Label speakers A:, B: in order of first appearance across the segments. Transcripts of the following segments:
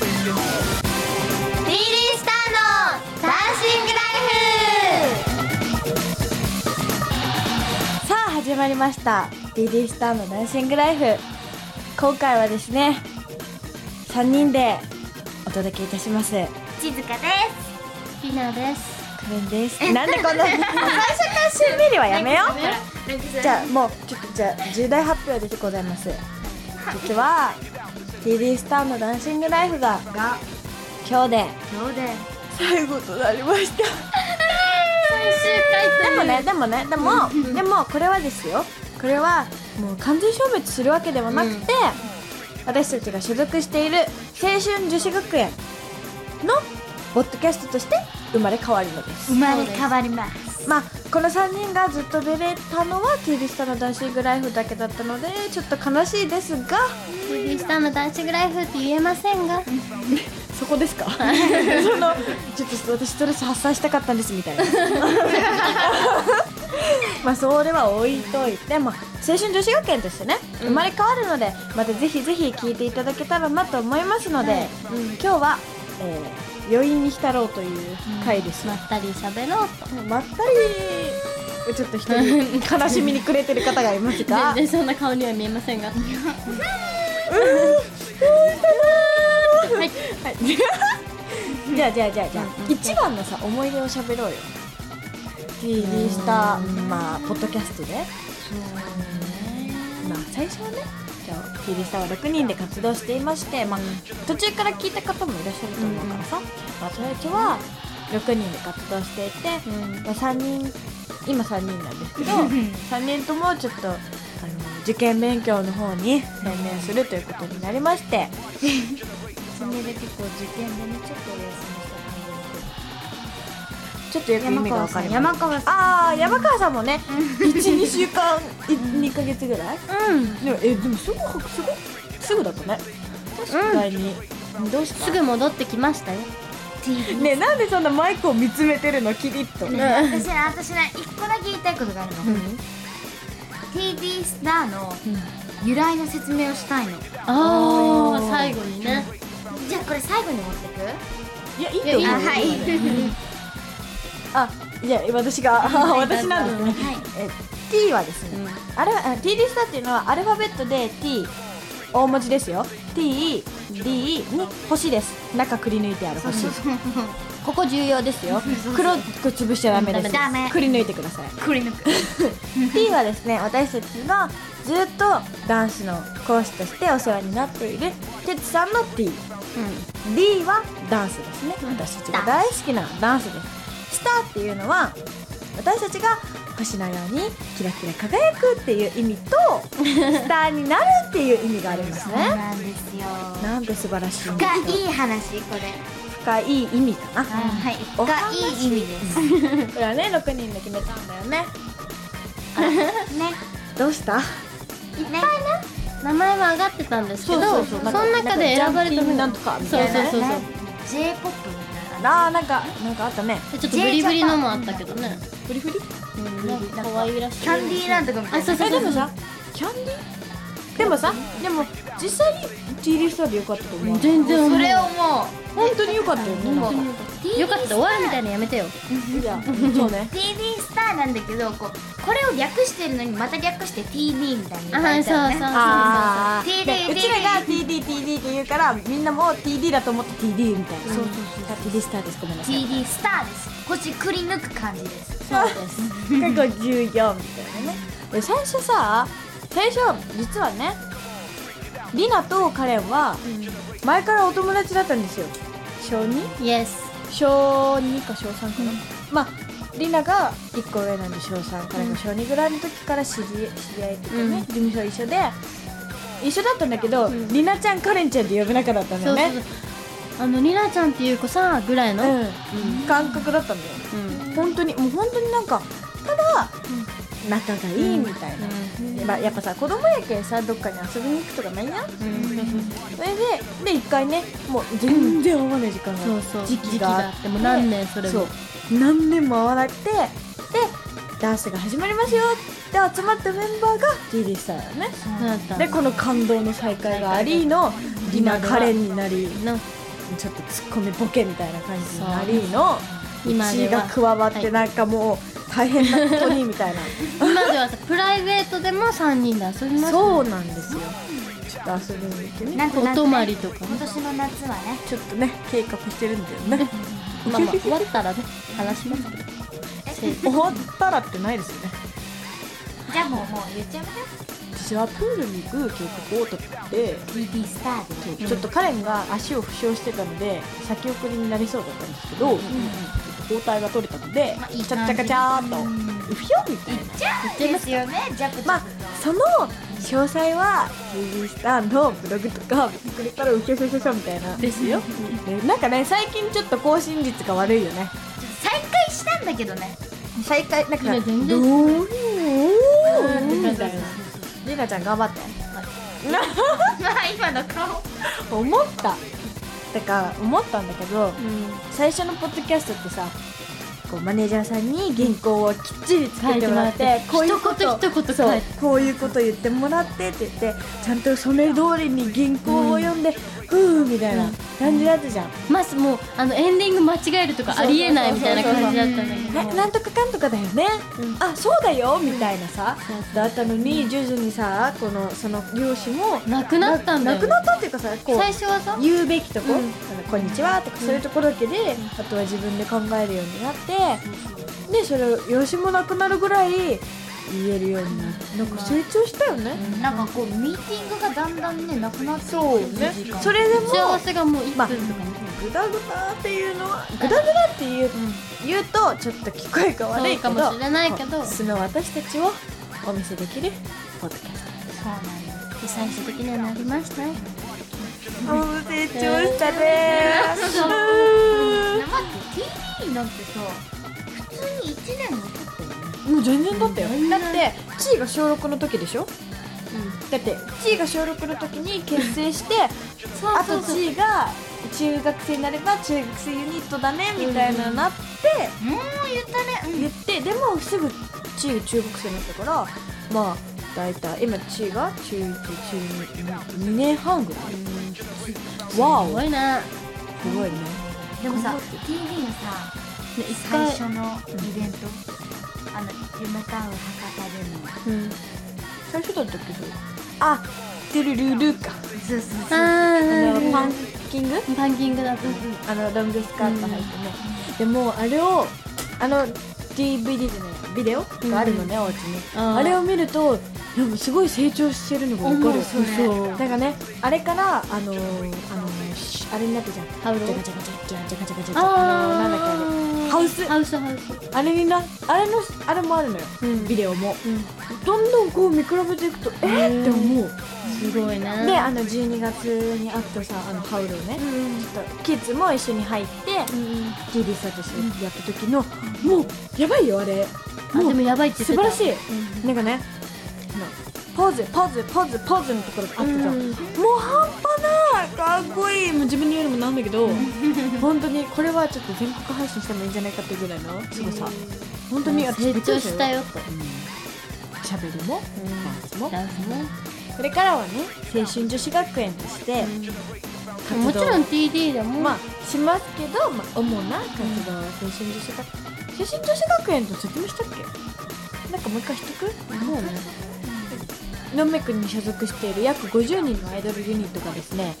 A: リースターのダンシングラ
B: さあ始まりました「DD スターのダンシングライフ」今回はですね3人でお届けいたします
A: イフ静香ですひなです
B: くんですなんでこ んな最初からしんみりはやめようじゃあもうちょっとじゃあ重大発表でございます実は DD スターのダンシングライフが
A: が
B: 今日で
A: 今日で
B: 最後となりました
A: 最終回
B: でもねでもねでもでもこれはですよこれはもう完全消滅するわけではなくて、私たちが所属している青春女子学園のポッドキャストとして生まれ変わるのです
A: 生まれ変わります
B: まあこの3人がずっと出れたのは TV スタのダンシングライフだけだったのでちょっと悲しいですが
A: リースターのダンシングライフって言えませんが
B: そこですか そのちょっと私ストレス発散したかったんですみ たいなまあそれは置いといて、まあ、青春女子学園としてね生まれ変わるのでまたぜひぜひ聞いていただけたらなと思いますので、うん今日は、えー余韻に浸ろう」という回です、
A: まったり喋ろうと
B: まったりちょっと一人悲しみにくれてる方がいます が
C: 全然そんな顔には見えませんが
B: じゃあじゃあじゃあじゃあ一番のさ思い出を喋ろうよ TV スターまあポッドキャストでまあ最初はねじゃあ TV スターは6人で活動していましてまあ途中から聞いた方もいらっしゃると思うからさまあ最初は6人で活動していてまあ3人今3人なんですけど3人ともちょっとあの受験勉強の方に専念するということになりまして
A: それで結構受験でねちょっとお休みした感じです
B: ちょっとよく意味がわかりません
A: 山川さん
B: ああ山川さんもね12週間2ヶ月ぐらい
A: うん
B: でもえでもすぐすぐすぐだったね確かに、どうした
C: すぐ戻ってきましたよ
B: ねなんでそんなマイクを見つめてるのキリッと、
A: ね私ね私ね一個だけ言いたいことがあるの、TD スターの由来の説明をしたいのじ
C: ああ最後にね
A: ゃあこれ最後に持ってく
B: いやいいよ
C: いやいいよ
A: はい
B: あいや私が 私なんですね
A: はい
B: え T はですね、あれあ T リスタっていうのはアルファベットで T 大文字ですよ TD に星です中くり抜いてある星ここ重要ですよ黒く潰しちゃダメです
A: ダメ
B: くり抜いてください
A: くり抜く
B: T はですね私たちがずっと男子の講師としてお世話になっているてつさんの T、D はダンスですね私たちが大好きなダンスですスターっていうのは私たちが星のようにキラキラ輝くっていう意味 とスターになるっていう意味があるんです
A: そう
B: ね
A: なんですよ
B: なんて素晴らしいんで
A: が
B: しょう
A: いい話これ
B: 深い意味かな
A: はい
B: お
A: が
B: 話
A: いい意味です
B: これはね6人で決めたんだよね
A: ね
B: どうした
A: いっぱいね
C: 名前は上がってたんですけど
B: そ
C: そう
B: そうそう
C: の中で選ばれたの
B: なんかジャンピングなんとかみ
C: そ
B: た
C: う
B: いな
C: そ
B: ね
C: うそうそう
A: J−POP みたいな
B: あーなんかなんかあったね
C: でちょっとブリブリのもあったけどね
B: フリフリ
C: うんなんか可愛いらしい
A: キャンディーランドかみたい
C: あ
A: な
C: そうそう
B: え
C: そ
B: で
C: う
B: もさキャンディーでもさでも実際に T リストでよかったと思う
C: 全然思
A: そうれをも
B: 本当によかったよねなんか
A: う
C: よかった終わるみたいなやめてよ
B: いやそうね
A: TV スターなんだけどこうこれを略してるのにまた略して TV みたいに
C: あ
A: 書
C: はい
A: いてあるね
C: そうそう
B: ああ
A: TD
B: うちらが TDTD って言うからみんなも TD だと思って TD みたいなそうそうそう TD スターですごめんなさい
A: TD スターです腰くり抜く感じです
B: そうです結構重要みたいなねで最初さ最初実はねリナとカレンは前からお友達だったんですよ小 2?
C: イエス
B: 小2か小3かな、まありなが1個上なんで小3からが小2ぐらいの時から知り知り合いっていうかね、
C: うん
B: 事務所一緒で一緒だったんだけど、りなちゃんカレンちゃんって呼べなかったんだ
C: そ
B: よ
C: うそう
B: ね
C: そうあのりなちゃんっていう子さぐらいのうん
B: うん感覚だったんだよ、本当にもう本当になんかただ、仲がいいみたいな、まあ、やっぱさ子供やけんさどっかに遊びに行くとかないやん、それでで一回ねもう全然合わない時間が、
C: そうそう
B: 時期があ
C: 時期があってもう何年それも
B: そう何年も合わなくてでダンスが始まりますよって集まったメンバーが TD スターだよね
C: そうだった
B: でこの感動の再会がありの今
C: 今では
B: カレンになり
C: の
B: ちょっとツッコミボケみたいな感じになりの
C: 今
B: 血
C: で
B: が
C: は
B: 加わっ
C: は
B: て
C: い
B: なんかもう大変なことにみたいな
C: 今ではさプライベートでも3人で遊びます
B: そうなんですよちょっと遊びに行ってね
A: なんとなくね
C: お泊まりとかね
A: 今年の夏はね
B: ちょっとね計画してるんだよね
C: まあまあ終わったらね話します
B: 終わったらってないですよね
A: じゃあもうもう言っちゃいま
B: 私
A: しょう
B: はプールに行く計画を立ってて
A: TV スターで
B: ちょっとカレンが足を負傷してたので先送りになりそうだったんですけど、ちょっと交代が取れたので、
A: まあいい
B: ち
A: 感
B: ゃ
A: じ
B: ちゃかちゃーっとうひょみたいな
A: じゃあですよねじゃあこっち
B: まあその詳細は TV スターのブログとか見てくれたらうひょひょひょひょみたいな
C: ですよ
B: でなんかね最近ちょっと更新率が悪いよね
A: 再開したんだけどね
B: 再開なん
C: いや全然
B: どういう
C: うん
B: みたいなりなちゃん頑張って
A: まあ今の顔
B: 思 っただから思ったんだけど最初のポッドキャストってさこうマネージャーさんに原稿をきっちりつけてもらって
C: 書いてもらって
B: こういうこと
C: 一言一言
B: そ
C: 書
B: う
C: いて
B: こういうこと言ってもらってって言ってちゃんとそれ通りに原稿を読んで、ふうみたいな感じだったじゃん、
C: まずもうあのエンディング間違えるとかありえないみたいな感じだったんだ
B: な
C: けど
B: なんとかかんとかだよね、あそうだよみたいなさ、だったのに徐々にさこのその漁師も
C: なくなったんだよ
B: なくなったっていうかさこう
C: 最初はさ
B: 言うべきとこ、あのこんにちはとかそういうところだけで、あとは自分で考えるようになって、でそれをよしもなくなるぐらい言えるようになってなんか成長したよね、
A: なんかこうミーティングがだんだんねなくなって
B: ねそれでも
C: 打ち合わせがもう1
B: まあ
C: 分とかね
B: グダグダっていうのはグダグダっていう,、言うとちょっと聞こえが悪いけど
C: そうかもしれないけど
B: こう素の私たちをお見せできるポッドキャスト
A: そうなんです
C: 最終的にはなりましたよ
B: あ成長したね
A: 待って TV なんてさ普通に1年も経ったよね
B: もう全然だったよ、だって地位が小6の時でしょ、だって地位が小6の時に結成してあと地位が中学生になれば中学生ユニットだねみたいなのになって
A: もう言ったねうん
B: 言ってでもすぐ地位中学生になったからまあ大体今地位が中1中22年半ぐら
C: すごい
B: いわおす
C: な
B: ごいね
A: でもさ TV のさ
C: で一
A: 最
C: 回
A: 初のイベントあの夢ムタウン博多で
B: う
A: の
B: ん最初だったけどあてるるるか
A: そうそう
C: あ
B: あの
C: ー
B: パンキング
C: パンキングだと
B: あのロングスカート履いてね、でもうあれをあの DVD じゃないビデオがあるのね、お家に
C: あー
B: あれを見るとでもすごい成長してるのが分か
A: 思
B: る
A: うそれ
B: なんかねあれからあのー、あのーしあれになったじゃん
C: ハウロ
B: ジャカジャカジャカジャカジャカジャカジャカあのーなんだっけあれ
C: あ
B: ハウス
C: ハウスハウス
B: あれになあれのあれもあるのよ、ビデオも、どんどんこう見比べていくとえー、って思う
C: すごいな
B: であの12月にあったさあのハウルをね、ちょっとキッズも一緒に入って、TD サトシやった時の、もうやばいよあれ
C: あ
B: も
C: でも
B: う
C: やばいって
B: 素
C: 言って
B: 晴
C: た
B: らしい、なんかねあのポーズポーズポーズポーズのところがあったじゃん、もう半端ないかっこいいもう自分で言うのもなんだけど本当にこれはちょっと全国配信してもいいんじゃないかっていうぐらいのすごさ本当に私
C: 成
B: びっく
C: 長
B: り
C: したよと
B: 喋りもダンスも
C: ダンスね
B: これからはね青春女子学園として活動
C: もちろん TD でも
B: まあしますけど、まあ、主な活動は青春女子学青春女子学園と説明したっけなんかもう一回しとく
C: もうね
B: のんめくんに所属している約50人のアイドルユニットがですね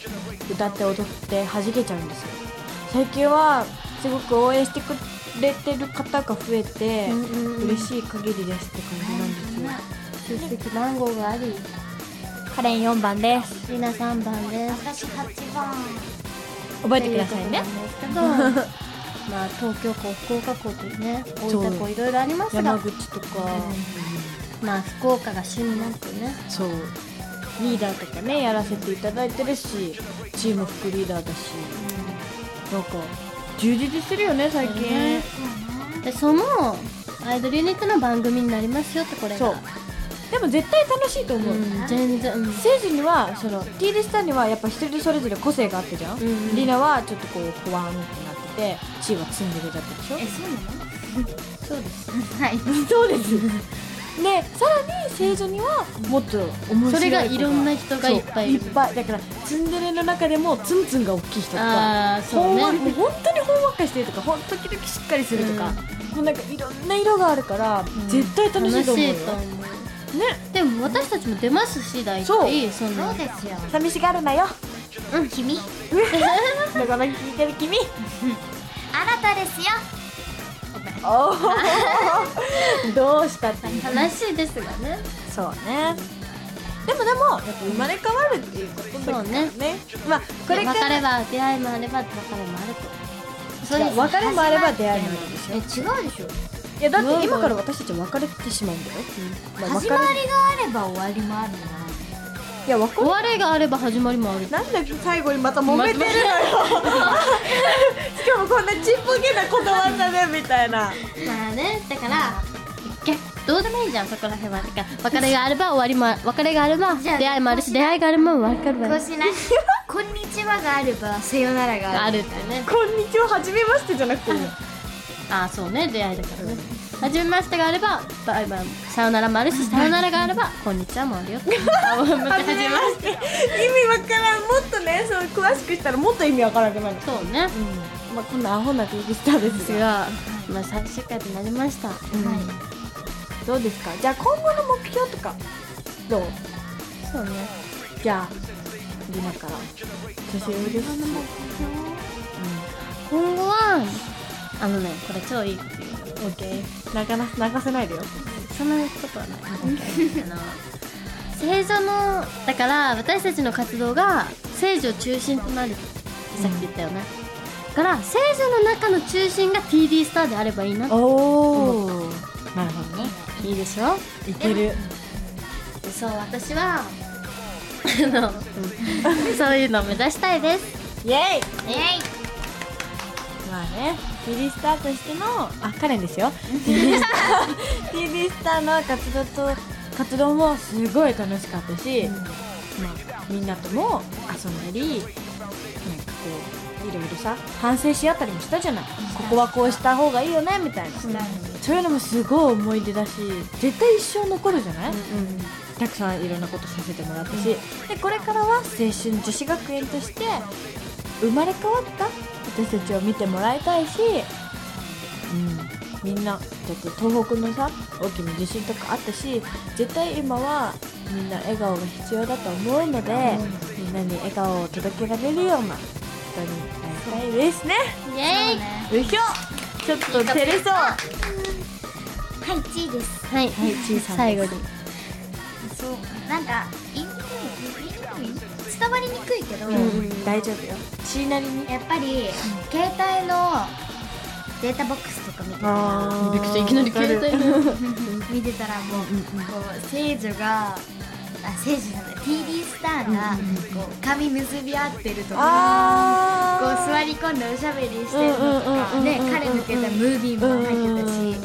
B: 歌って踊って弾けちゃうんですよ最近はすごく応援してくれてる方が増えて、嬉しい限りですって感じなんですよ、
C: 出席番号があり
B: カレン4番です
C: りな3番です
A: 私8番
B: 覚え
C: と
B: てくださいね
C: いうことなん ですけどまあ東京校福岡校というね大
B: そう
C: 分校いろいろあります
B: 山
C: が
B: 口とか、
C: まあ福岡が主になってね
B: そうリーダーとかねやらせていただいてるしチーム副リーダーだし、なんか充実してるよね最近、
C: ねでそのアイドルユニットの番組になりますよってこれが
B: そうでも絶対楽しいと思う、
C: うん全然うん
B: セージにはその T リスターにはやっぱ一人それぞれ個性があったじゃん、
C: うんうん
B: リナはちょっとこうポワンってなっててチーはツンデレだったでし
A: え
C: そ
A: そうなの
C: うです
A: はい
B: ょそうですでさらに聖女にはもっと面白い子
C: それがいろんな人がいっぱいいる
B: そうっぱいだからツンデレの中でもツンツンが大きい人とか
C: あーそうね
B: ほんわもう本当にほんわかしてるとか本当時々しっかりするとか、もうなんかいろんな色があるから、絶対楽
C: 楽
B: し
C: し
B: いと思うよ
C: いと思う
B: ね
C: でも私たちも出ますし大体そん
A: そ
C: な
A: うですよ
B: 寂しがるなよ
A: うん君
B: だから聞いてる君
A: あなたですよ
B: おーどうしたって
C: 悲しいですがね
B: そうねでもでもやっぱ生まれ変わるっていうことだからね
C: そ
B: まあこれ
C: 別
B: から
C: れは出会いもあれば別れもある
A: そうです
B: 別れもあれば出会いもあるでしょ
A: え違うでしょ
B: いやだって今から私たちは別れてしまうんだよ、まあ
A: 始
B: 別
A: ま
B: れ
A: りがあれば終わりもあるんだ
B: いや別
C: と
B: れ
C: 終わりがあれば始まりもある
B: なんで最後にまた揉めてるのよ しかもこんなちっぽけな言葉だねみたいな
C: まあねだから逆どうでもいいじゃんそこら辺はだから別れがあれば終わりもあ別れがあれば
A: じゃあ
C: 出会いもあるし出会いがあれば別れもあ
A: なこ
C: る
A: うしないこんにちはがあればさよならが
C: あ
A: ある
C: るってね
B: こんにちははじめましてじゃなくていいの
C: ああそうね出会いだからね初めましてがあればバイバイさよならもあるしさよならがあればこんにちはもあるよ ってあもうまた
B: はじ
C: 始
B: め
C: め
B: ま
C: まし
B: して意味わからんもっとねそう詳しくしたらもっと意味わからなくなる
C: たそうね
B: うんまあこんなアホなテキスターです
C: です
B: が
C: が、まあ、最終回となりました
A: は
B: どうですかじゃあ今後の目標とかどう
C: そうね
B: じゃあリナから女性です
C: 今後はあのねこれ超いいこと言うよ
B: オッケー泣かな泣かせないでよ
C: そんなことはないあの聖女のだから私たちの活動が聖女中心となるさっき言ったよね、だから聖女の中の中心が TD スターであればいいなって
B: おおなるほどね
C: いいでしょ
B: いける
C: そう私はあの、そういうのを目指したいです
B: イエイ
A: いイエイ
B: まあね TD スターとしてのあカレンですよ TD スター TD スターの活動と活動もすごい楽しかったし、まあ、みんなとも遊んだりなんかこういろいろさ反省し合ったりもしたじゃないここはこうした方がいいよねみたいな、そういうのもすごい思い出だし絶対一生残るじゃない、たくさんいろんなことさせてもらったし、でこれからは青春女子学園として生まれ変わった私たちを見てもらいたいし、うん、みんなだって東北のさ大きな地震とかあったし絶対今はみんな笑顔が必要だと思うので、みんなに笑顔を届けられるような人になりたいですね。
C: イエイ、
B: うひょちょっと照れそう
A: はいチーです
C: はい、
B: はいちいさんです
C: 最後に
A: そうなんか言いにくい言いにくい伝わりにくいけど、
B: うん大丈夫よ血なりに
A: やっぱり携帯のデータボックスとか見てたら
B: あ
C: びっくりしたいきなり携帯
B: の
C: の
A: 見てたらもう,、
B: うんうん
A: こう聖女があ聖女じゃない TD スターがこう髪結び合ってるとかこう
B: あ
A: 座り込んでおしゃべりしてるの
B: う
A: と
B: んうんうんうんう
A: か
B: ん
A: で彼抜けたムービーも入ってた
B: うんうんうん
A: し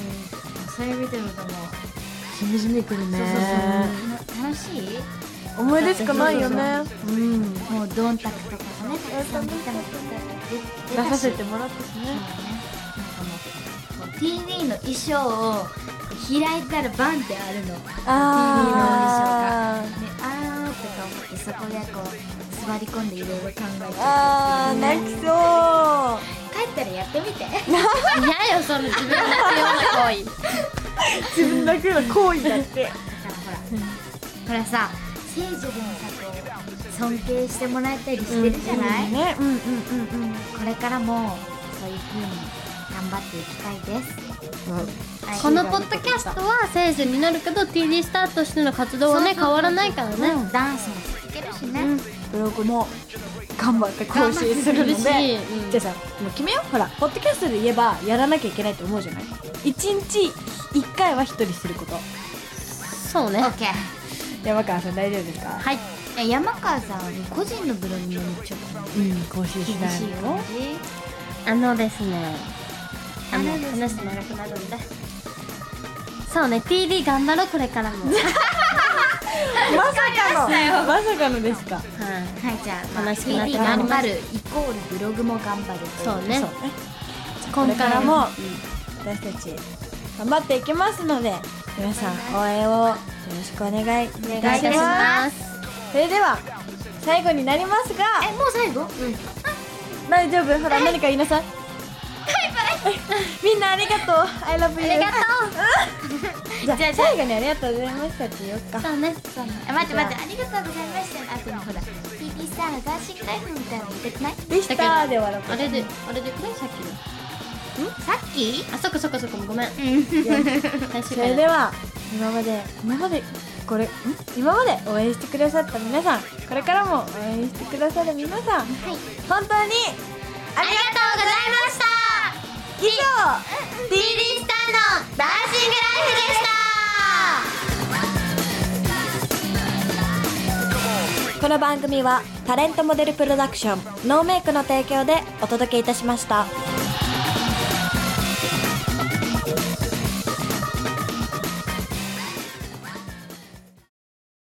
A: それ見てるともう
B: ーしみじみくるね
A: そうそうそう楽しい
B: 思い出しかないよねうん
A: もうドンタクとかもねたくさん出たのとか出
B: 出
A: 出た
B: さ
A: し
B: せてもらったし
A: そうねなんかもう
B: ね
A: こう TV の衣装を開いたらバンってあるので
B: あー
A: あーとか思ってそこでこう座り込んでいろいろ考えちゃ
B: あ
A: う
B: ー泣きそ
A: 帰ったらやってみて
C: 嫌よその自分の強い行
B: う自分だけの行為だって
A: だからほら、ほらさ聖女でもさこう尊敬してもらえたりしてるじゃない、
B: ねうんうんうんうん
A: これからもそういう風に頑張っていきたいですはい
C: このポッドキャストは聖女になるけど TD スターとしての活動はね
A: そうそうそう
C: 変わらないからね
A: うんダンスも続けるしね、
B: ブログも頑張って更新するので
C: 厳しい、うん
B: じゃあさもう決めようほらポッドキャストで言えばやらなきゃいけないと思うじゃない一日一回は一人すること
C: そうね
A: オッケー
B: 山川さん大丈夫ですか
C: はい
A: え山川さんはね個人のブログにちょっと
B: うん更新し
A: 厳
B: ない
A: しい
B: の
A: 感じ
C: あのですねあの
A: あのですね
C: 話長くなるんでそうね TD 頑張ろうこれからも はい
B: まさかのまさかのですか
A: はいじゃあ、まあ、
C: 楽しくなって
A: TD
C: まいり
A: 頑
C: ま
A: 張
C: す
A: るイコールブログも頑張るという
C: そうね
B: そうね
C: 今
B: これからも
C: うん
B: 私たち頑張っていきますので皆さん応援をよろしくお願いい
C: お
B: た
C: 願いい
B: した
C: しま
B: ます
C: す
B: それでは最後になりますが
A: えもう最後うん
B: 大丈夫ほら何か言いなさい みんなありがとう I love you
A: ありがと
B: じゃあ最後にありがとうございましたって言おうか
A: うそうねそうねあ待って待ってありがとうございましたの後にほら TT スターのダンシングライフみたいなの言いたくない
B: でしたーで終わろうか
C: あれであれでくらいさっきの
A: さっき
C: あそっかそっかそっかご めん最終
B: そ
C: 回
B: れで
C: だ
B: は今まで今までこれん今まで応援してくださった皆さんこれからも応援してくださる皆さん
A: はい
B: 本当に
A: ありがとうございました
B: 以上
A: TT スターのダンシングライフでした
B: この番組はタレントモデルプロダクションノーメイクの提供でお届けいたしました。